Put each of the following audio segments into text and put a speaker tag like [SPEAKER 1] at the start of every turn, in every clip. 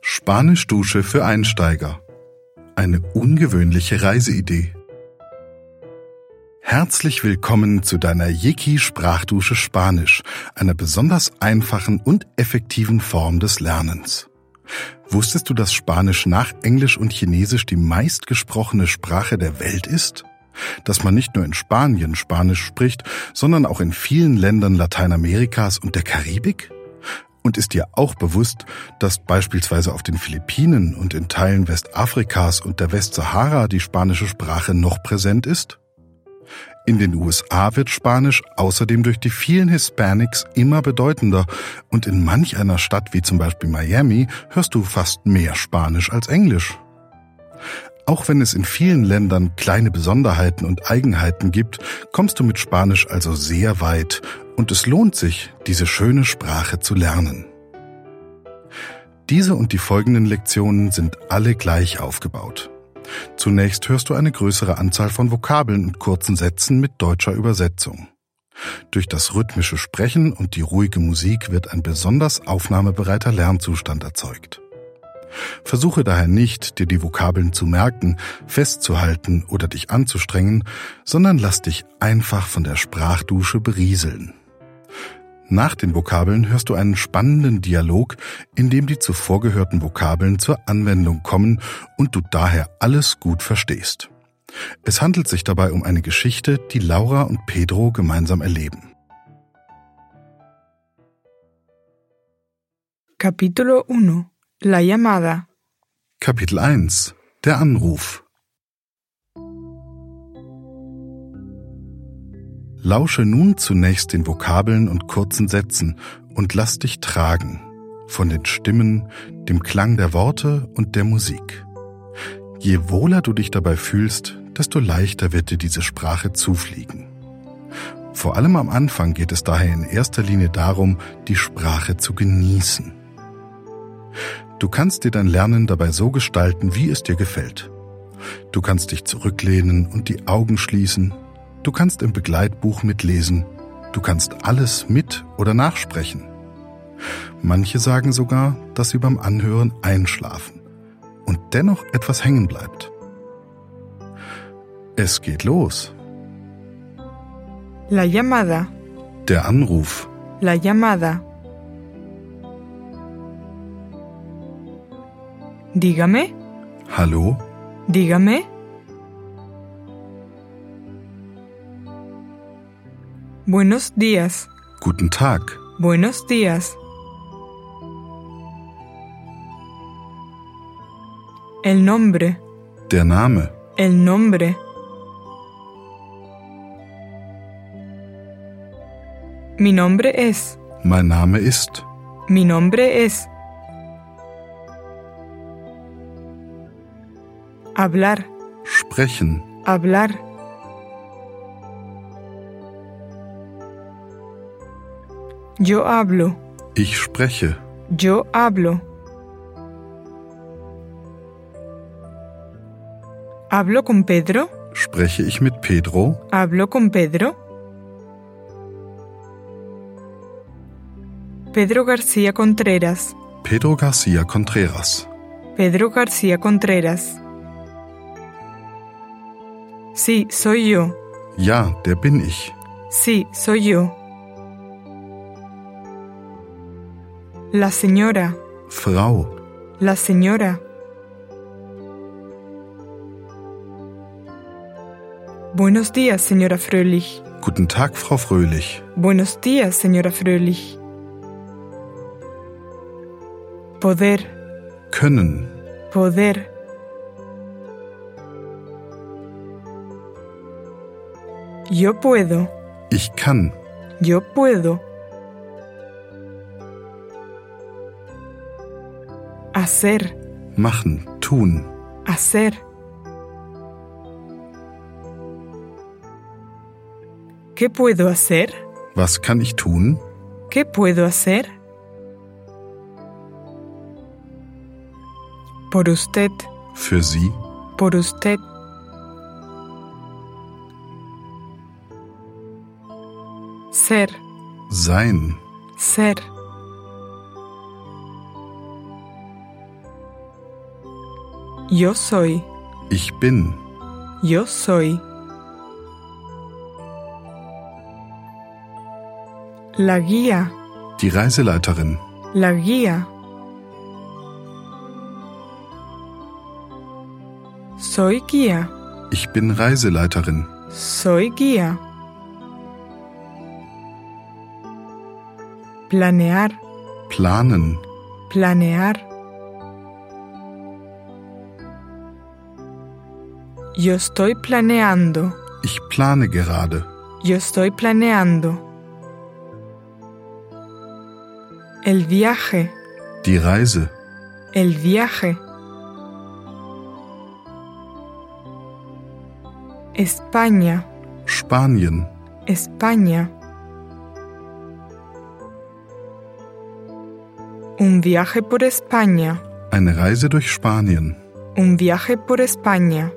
[SPEAKER 1] Spanischdusche für Einsteiger. Eine ungewöhnliche Reiseidee. Herzlich willkommen zu deiner Yiki Sprachdusche Spanisch, einer besonders einfachen und effektiven Form des Lernens. Wusstest du, dass Spanisch nach Englisch und Chinesisch die meistgesprochene Sprache der Welt ist? Dass man nicht nur in Spanien Spanisch spricht, sondern auch in vielen Ländern Lateinamerikas und der Karibik? Und ist dir auch bewusst, dass beispielsweise auf den Philippinen und in Teilen Westafrikas und der Westsahara die spanische Sprache noch präsent ist? In den USA wird Spanisch außerdem durch die vielen Hispanics immer bedeutender und in manch einer Stadt wie zum Beispiel Miami hörst du fast mehr Spanisch als Englisch. Auch wenn es in vielen Ländern kleine Besonderheiten und Eigenheiten gibt, kommst du mit Spanisch also sehr weit und es lohnt sich, diese schöne Sprache zu lernen. Diese und die folgenden Lektionen sind alle gleich aufgebaut. Zunächst hörst du eine größere Anzahl von Vokabeln und kurzen Sätzen mit deutscher Übersetzung. Durch das rhythmische Sprechen und die ruhige Musik wird ein besonders aufnahmebereiter Lernzustand erzeugt. Versuche daher nicht, dir die Vokabeln zu merken, festzuhalten oder dich anzustrengen, sondern lass dich einfach von der Sprachdusche berieseln. Nach den Vokabeln hörst du einen spannenden Dialog, in dem die zuvor gehörten Vokabeln zur Anwendung kommen und du daher alles gut verstehst. Es handelt sich dabei um eine Geschichte, die Laura und Pedro gemeinsam erleben.
[SPEAKER 2] Capítulo 1. La llamada.
[SPEAKER 1] Kapitel 1 Der Anruf Lausche nun zunächst den Vokabeln und kurzen Sätzen und lass dich tragen von den Stimmen, dem Klang der Worte und der Musik. Je wohler du dich dabei fühlst, desto leichter wird dir diese Sprache zufliegen. Vor allem am Anfang geht es daher in erster Linie darum, die Sprache zu genießen. Du kannst dir dein Lernen dabei so gestalten, wie es dir gefällt. Du kannst dich zurücklehnen und die Augen schließen. Du kannst im Begleitbuch mitlesen. Du kannst alles mit oder nachsprechen. Manche sagen sogar, dass sie beim Anhören einschlafen und dennoch etwas hängen bleibt. Es geht los.
[SPEAKER 2] La llamada.
[SPEAKER 1] Der Anruf.
[SPEAKER 2] La llamada. Dígame,
[SPEAKER 1] Hallo?
[SPEAKER 2] dígame. Buenos días,
[SPEAKER 1] Guten Tag.
[SPEAKER 2] buenos días. El nombre,
[SPEAKER 1] Der Name.
[SPEAKER 2] el nombre. Mi nombre es,
[SPEAKER 1] Mein Name ist.
[SPEAKER 2] mi nombre es. Hablar.
[SPEAKER 1] Sprechen.
[SPEAKER 2] Hablar. Yo hablo,
[SPEAKER 1] Ich spreche.
[SPEAKER 2] yo hablo. ¿Hablo con Pedro?
[SPEAKER 1] Spreche ich mit Pedro?
[SPEAKER 2] ¿Hablo con Pedro? Pedro García Contreras.
[SPEAKER 1] Pedro Garcia Contreras.
[SPEAKER 2] Pedro García Contreras. Sí, soy yo.
[SPEAKER 1] Ja, der bin ich.
[SPEAKER 2] Sí, soy yo. La señora,
[SPEAKER 1] Frau.
[SPEAKER 2] la señora. Buenos días, señora Fröhlich.
[SPEAKER 1] Guten Tag, Frau Fröhlich.
[SPEAKER 2] Buenos días, señora Fröhlich. Poder,
[SPEAKER 1] Können.
[SPEAKER 2] poder. Yo puedo.
[SPEAKER 1] Ich kann.
[SPEAKER 2] Yo puedo. Hacer,
[SPEAKER 1] Machen. Tun.
[SPEAKER 2] hacer. ¿Qué puedo hacer?
[SPEAKER 1] Was kann ich tun?
[SPEAKER 2] ¿Qué puedo hacer? Por usted,
[SPEAKER 1] Für Sie.
[SPEAKER 2] por usted. Ser.
[SPEAKER 1] Sein.
[SPEAKER 2] Ser. Yo soy.
[SPEAKER 1] Ich bin.
[SPEAKER 2] Yo soy. La guía.
[SPEAKER 1] Die Reiseleiterin.
[SPEAKER 2] La guía. Soy guía.
[SPEAKER 1] Ich bin Reiseleiterin.
[SPEAKER 2] Soy guía. Planear.
[SPEAKER 1] Planen.
[SPEAKER 2] Planear. Yo estoy planeando.
[SPEAKER 1] Ich plane gerade.
[SPEAKER 2] Yo estoy planeando. El viaje.
[SPEAKER 1] Die Reise.
[SPEAKER 2] El viaje. España.
[SPEAKER 1] Spanien.
[SPEAKER 2] España. Un viaje por España.
[SPEAKER 1] Eine Reise durch Spanien.
[SPEAKER 2] Un viaje por España.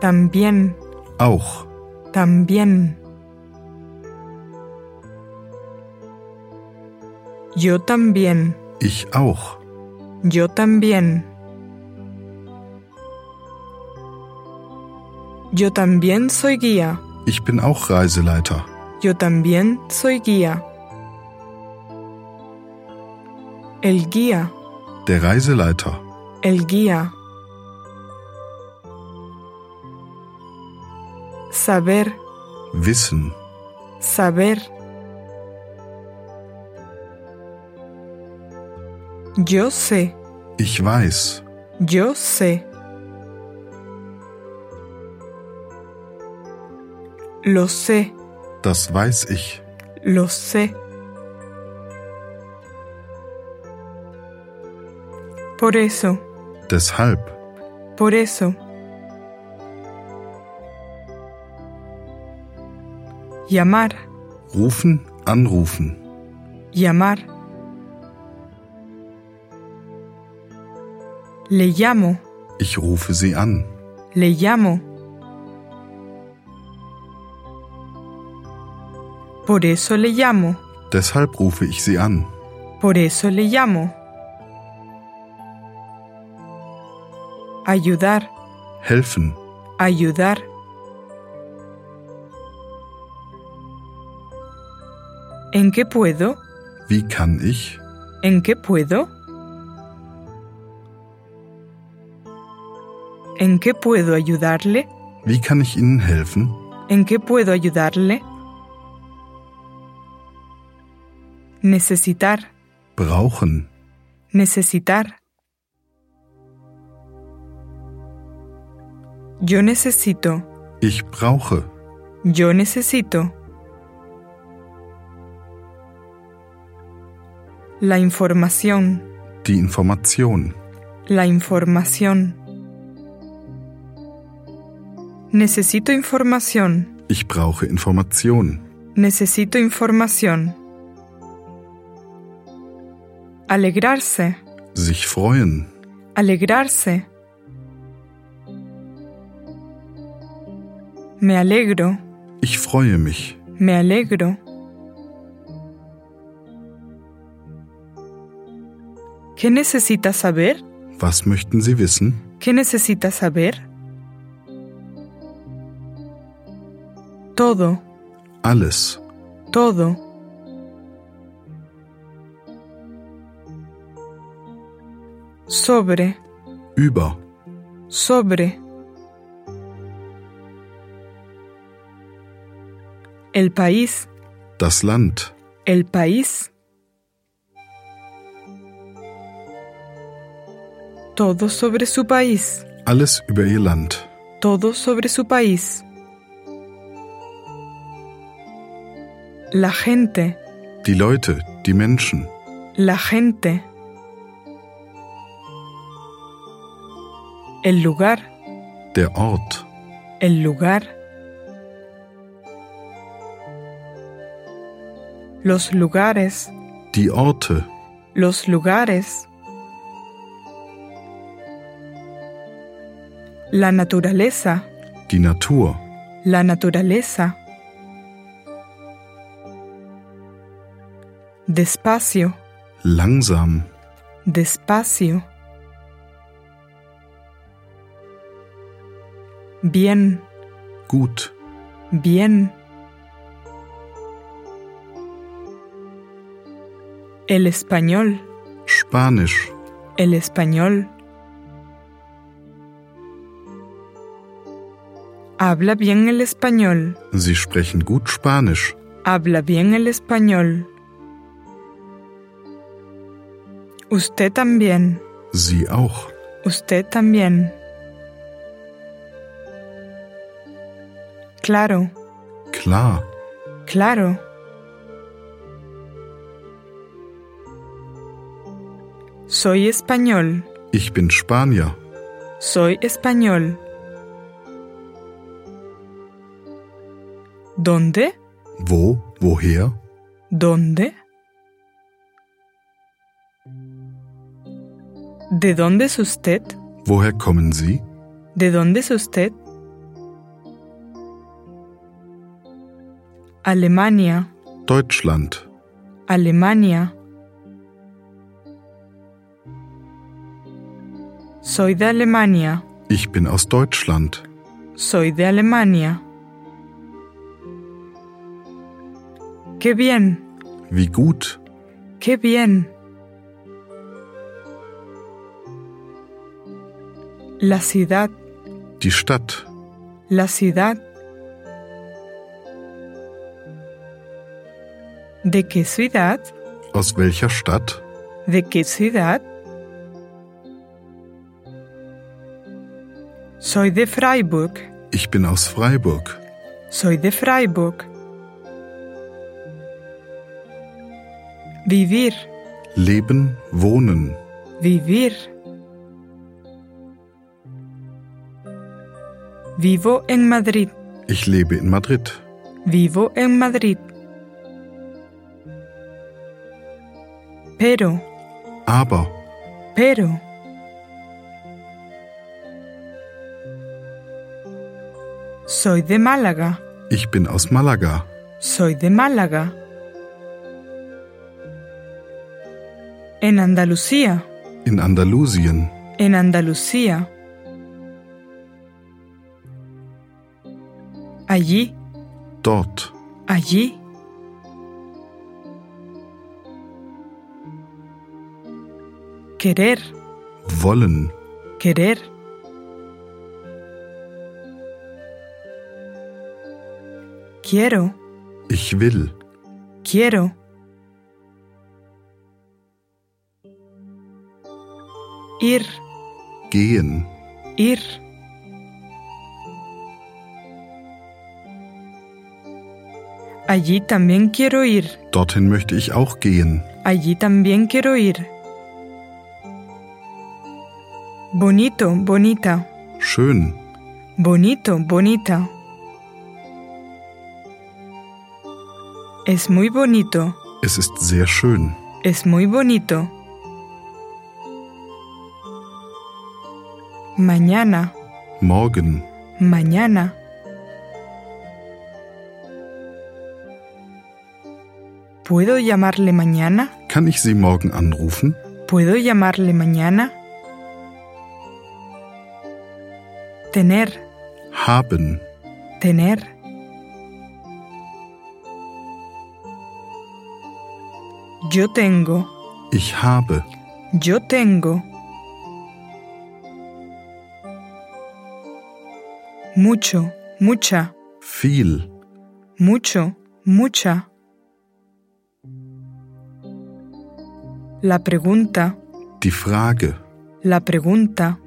[SPEAKER 2] También,
[SPEAKER 1] Auch.
[SPEAKER 2] también. Yo también,
[SPEAKER 1] Ich auch.
[SPEAKER 2] yo también. Yo también soy guía,
[SPEAKER 1] Ich bin auch Reiseleiter.
[SPEAKER 2] yo también soy guía. El guía.
[SPEAKER 1] Der Reiseleiter.
[SPEAKER 2] El guía. Saber,
[SPEAKER 1] Wissen.
[SPEAKER 2] saber. Yo sé,
[SPEAKER 1] Ich weiß.
[SPEAKER 2] yo sé. Lo sé,
[SPEAKER 1] Das weiß ich.
[SPEAKER 2] lo sé. Por eso.
[SPEAKER 1] Deshalb.
[SPEAKER 2] Por eso. Llamar,
[SPEAKER 1] Rufen, anrufen.
[SPEAKER 2] llamar. Le llamo,
[SPEAKER 1] Ich rufe sie an.
[SPEAKER 2] le llamo. Por eso le llamo,
[SPEAKER 1] Deshalb rufe ich sie an.
[SPEAKER 2] por eso le llamo. Ayudar,
[SPEAKER 1] Helfen.
[SPEAKER 2] Ayudar. ¿En qué puedo?
[SPEAKER 1] Wie kann ich?
[SPEAKER 2] ¿En qué puedo? ¿En qué puedo ayudarle?
[SPEAKER 1] Wie kann ich Ihnen helfen?
[SPEAKER 2] ¿En qué puedo ayudarle? Necesitar,
[SPEAKER 1] Brauchen.
[SPEAKER 2] necesitar. Yo necesito.
[SPEAKER 1] Ich brauche.
[SPEAKER 2] Yo necesito. La información,
[SPEAKER 1] Die Information.
[SPEAKER 2] la información. Necesito información,
[SPEAKER 1] Ich brauche Information.
[SPEAKER 2] necesito información. Alegrarse,
[SPEAKER 1] Sich freuen.
[SPEAKER 2] alegrarse. Me alegro,
[SPEAKER 1] Ich freue mich.
[SPEAKER 2] Me alegro. ¿Qué necesitas saber?
[SPEAKER 1] Was möchten Sie wissen?
[SPEAKER 2] ¿Qué necesitas saber? Todo,
[SPEAKER 1] Alles.
[SPEAKER 2] todo. Sobre,
[SPEAKER 1] Über.
[SPEAKER 2] sobre. El país,
[SPEAKER 1] Das Land.
[SPEAKER 2] El país. Todo sobre su país.
[SPEAKER 1] Alles über Ihr Land.
[SPEAKER 2] Todo sobre su país. La gente.
[SPEAKER 1] Die Leute. Die Menschen.
[SPEAKER 2] La gente. El lugar.
[SPEAKER 1] Der Ort.
[SPEAKER 2] El lugar. Los lugares.
[SPEAKER 1] Die Orte.
[SPEAKER 2] Los lugares. La naturaleza,
[SPEAKER 1] Die Natur.
[SPEAKER 2] la naturaleza. Despacio,
[SPEAKER 1] Langsam.
[SPEAKER 2] despacio. bien,
[SPEAKER 1] gut,
[SPEAKER 2] bien. El español,
[SPEAKER 1] Spanisch,
[SPEAKER 2] el español. Habla bien el español,
[SPEAKER 1] Sie sprechen gut Spanisch,
[SPEAKER 2] habla bien el español. Usted también,
[SPEAKER 1] Sie auch,
[SPEAKER 2] usted también. Claro,
[SPEAKER 1] klar,
[SPEAKER 2] claro. Soy español,
[SPEAKER 1] ich bin Spanier,
[SPEAKER 2] soy español. ¿Dónde?
[SPEAKER 1] wo, woher,
[SPEAKER 2] ¿Dónde? ¿De dónde es usted?
[SPEAKER 1] woher kommen Sie?
[SPEAKER 2] ¿De dónde es usted? Alemania,
[SPEAKER 1] Deutschland,
[SPEAKER 2] Alemania. Soy de Alemania,
[SPEAKER 1] ich bin aus Deutschland,
[SPEAKER 2] soy de Alemania. ¡Qué bien!
[SPEAKER 1] wie gut,
[SPEAKER 2] ¡Qué bien! La ciudad,
[SPEAKER 1] die Stadt,
[SPEAKER 2] la ciudad. ¿De qué ciudad?
[SPEAKER 1] aus welcher Stadt,
[SPEAKER 2] ¿De qué ciudad? Soy de Freiburg,
[SPEAKER 1] ich bin aus Freiburg,
[SPEAKER 2] soy de Freiburg. Vivir,
[SPEAKER 1] leben, wohnen,
[SPEAKER 2] Vivir. Vivo en Madrid.
[SPEAKER 1] ich lebe in Madrid,
[SPEAKER 2] Vivo en Madrid. Pero,
[SPEAKER 1] aber
[SPEAKER 2] pero. Soy de Málaga.
[SPEAKER 1] ich bin aus Malaga,
[SPEAKER 2] Soy de Málaga. En Andalucía.
[SPEAKER 1] in Andalusien,
[SPEAKER 2] en Andalucía. Allí,
[SPEAKER 1] dort,
[SPEAKER 2] allí. Querer,
[SPEAKER 1] wollen,
[SPEAKER 2] querer. Quiero,
[SPEAKER 1] ich will,
[SPEAKER 2] quiero. Ir,
[SPEAKER 1] gehen,
[SPEAKER 2] ir. Allí también quiero ir,
[SPEAKER 1] dorthin möchte ich auch gehen,
[SPEAKER 2] allí también quiero ir. Bonito, bonita,
[SPEAKER 1] schön,
[SPEAKER 2] bonito, bonita. Es muy bonito,
[SPEAKER 1] es ist sehr schön,
[SPEAKER 2] es muy bonito. Mañana.
[SPEAKER 1] morgen,
[SPEAKER 2] Mañana. ¿Puedo llamarle mañana?
[SPEAKER 1] kann ich Sie morgen anrufen?
[SPEAKER 2] ¿Puedo llamarle mañana? Tener,
[SPEAKER 1] Haben,
[SPEAKER 2] tener. Yo tengo,
[SPEAKER 1] ich habe,
[SPEAKER 2] yo tengo. Mucho, mucha.
[SPEAKER 1] viel,
[SPEAKER 2] mucho, mucha. La pregunta,
[SPEAKER 1] die Frage,
[SPEAKER 2] la pregunta.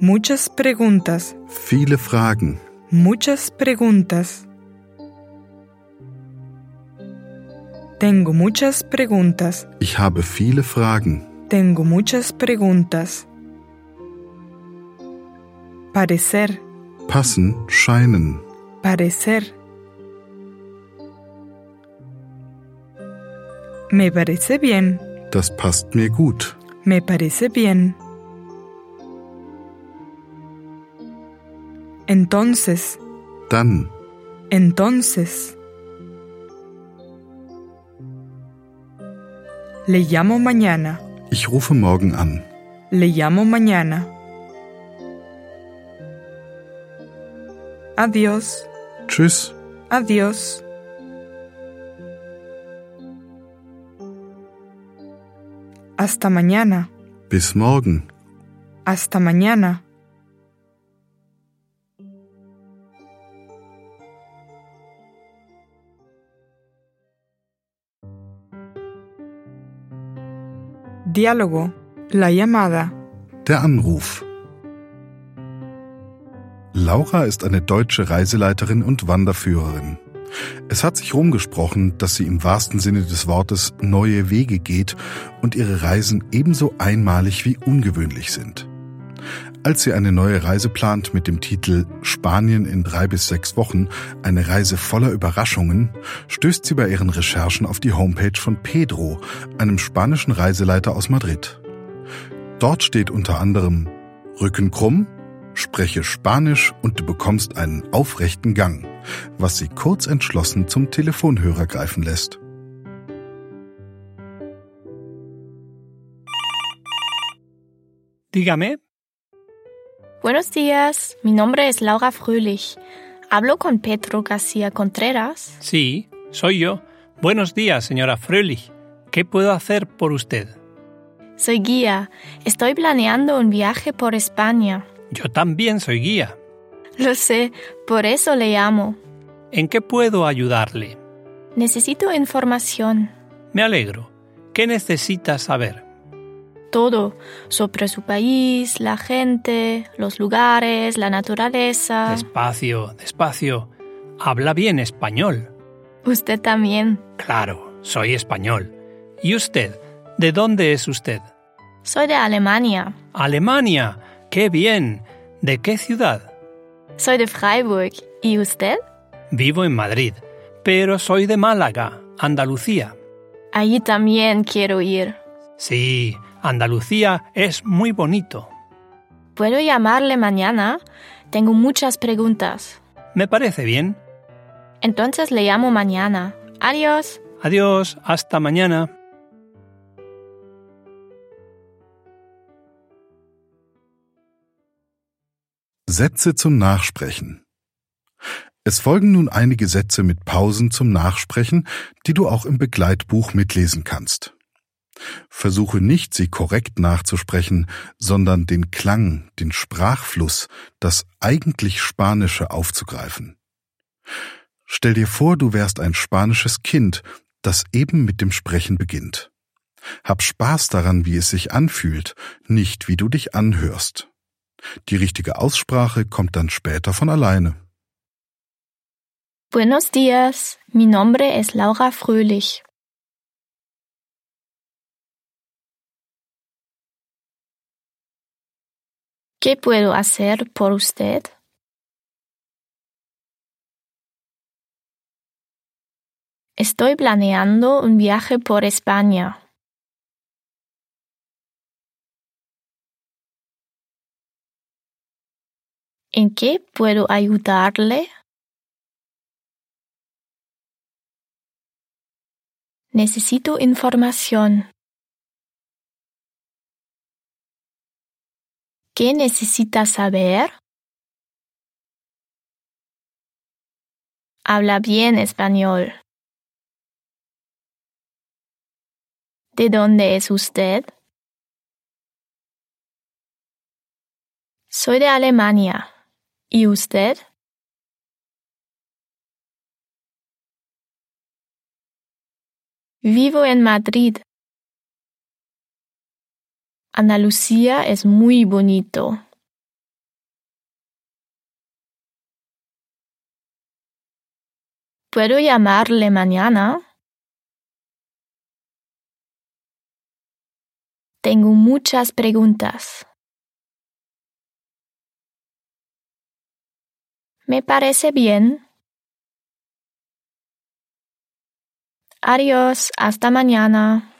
[SPEAKER 2] Muchas preguntas,
[SPEAKER 1] viele Fragen,
[SPEAKER 2] muchas preguntas. Tengo muchas preguntas,
[SPEAKER 1] ich habe viele Fragen,
[SPEAKER 2] tengo muchas preguntas. Parecer,
[SPEAKER 1] passen, scheinen,
[SPEAKER 2] Parecer. Me parece bien,
[SPEAKER 1] das passt mir gut,
[SPEAKER 2] me parece bien. Entonces,
[SPEAKER 1] dann,
[SPEAKER 2] entonces. Le llamo mañana,
[SPEAKER 1] ich rufe morgen an,
[SPEAKER 2] Le llamo mañana. Adiós,
[SPEAKER 1] Tschüss.
[SPEAKER 2] adiós. Hasta mañana,
[SPEAKER 1] Bis morgen.
[SPEAKER 2] hasta mañana. Diálogo. La llamada.
[SPEAKER 1] Der Anruf. Laura ist eine deutsche Reiseleiterin und Wanderführerin. Es hat sich rumgesprochen, dass sie im wahrsten Sinne des Wortes neue Wege geht und ihre Reisen ebenso einmalig wie ungewöhnlich sind. Als sie eine neue Reise plant mit dem Titel Spanien in drei bis sechs Wochen, eine Reise voller Überraschungen, stößt sie bei ihren Recherchen auf die Homepage von Pedro, einem spanischen Reiseleiter aus Madrid. Dort steht unter anderem Rücken krumm, spreche Spanisch und du bekommst einen aufrechten Gang, was sie kurz entschlossen zum Telefonhörer greifen lässt.
[SPEAKER 3] Dígame,
[SPEAKER 4] Buenos días, mi nombre es Laura Fröhlich. Hablo con Pedro García Contreras.
[SPEAKER 3] sí, soy yo. Buenos días, señora Fröhlich. ¿Qué puedo hacer por usted?
[SPEAKER 4] Soy guía. Estoy planeando un viaje por España.
[SPEAKER 3] Yo también soy guía.
[SPEAKER 4] Lo sé, por eso le llamo.
[SPEAKER 3] ¿En qué puedo ayudarle?
[SPEAKER 4] Necesito información.
[SPEAKER 3] Me alegro. ¿Qué necesita saber?
[SPEAKER 4] Todo sobre su país, la gente, los lugares, la naturaleza.
[SPEAKER 3] Despacio, despacio. Habla bien español.
[SPEAKER 4] Usted también.
[SPEAKER 3] Claro, soy español. ¿Y usted? ¿De dónde es usted?
[SPEAKER 4] Soy de Alemania.
[SPEAKER 3] Alemania. ¡Qué bien! ¿De qué ciudad?
[SPEAKER 4] Soy de Freiburg. ¿Y usted?
[SPEAKER 3] Vivo en Madrid, pero soy de Málaga, Andalucía.
[SPEAKER 4] Allí también quiero ir.
[SPEAKER 3] Sí, Andalucía es muy bonito.
[SPEAKER 4] ¿Puedo llamarle mañana? Tengo muchas preguntas.
[SPEAKER 3] Me parece bien.
[SPEAKER 4] Entonces le llamo mañana. Adiós.
[SPEAKER 3] Adiós, hasta mañana.
[SPEAKER 1] Sätze zum Nachsprechen. Es folgen nun einige Sätze mit Pausen zum Nachsprechen, die du auch im Begleitbuch mitlesen kannst. Versuche nicht, sie korrekt nachzusprechen, sondern den Klang, den Sprachfluss, das eigentlich Spanische aufzugreifen. Stell dir vor, du wärst ein spanisches Kind, das eben mit dem Sprechen beginnt. Hab Spaß daran, wie es sich anfühlt, nicht wie du dich anhörst. Die richtige Aussprache kommt dann später von alleine.
[SPEAKER 4] Buenos días. Mi nombre es Laura Fröhlich. ¿Qué puedo hacer por usted? Estoy planeando un viaje por España. ¿En qué puedo ayudarle? Necesito información. ¿Qué necesita saber? Habla bien español. ¿De dónde es usted? Soy de Alemania. ¿Y usted? Vivo en Madrid. Andalucía es muy bonito. ¿Puedo llamarle mañana? Tengo muchas preguntas. Me parece bien. Adiós, hasta mañana.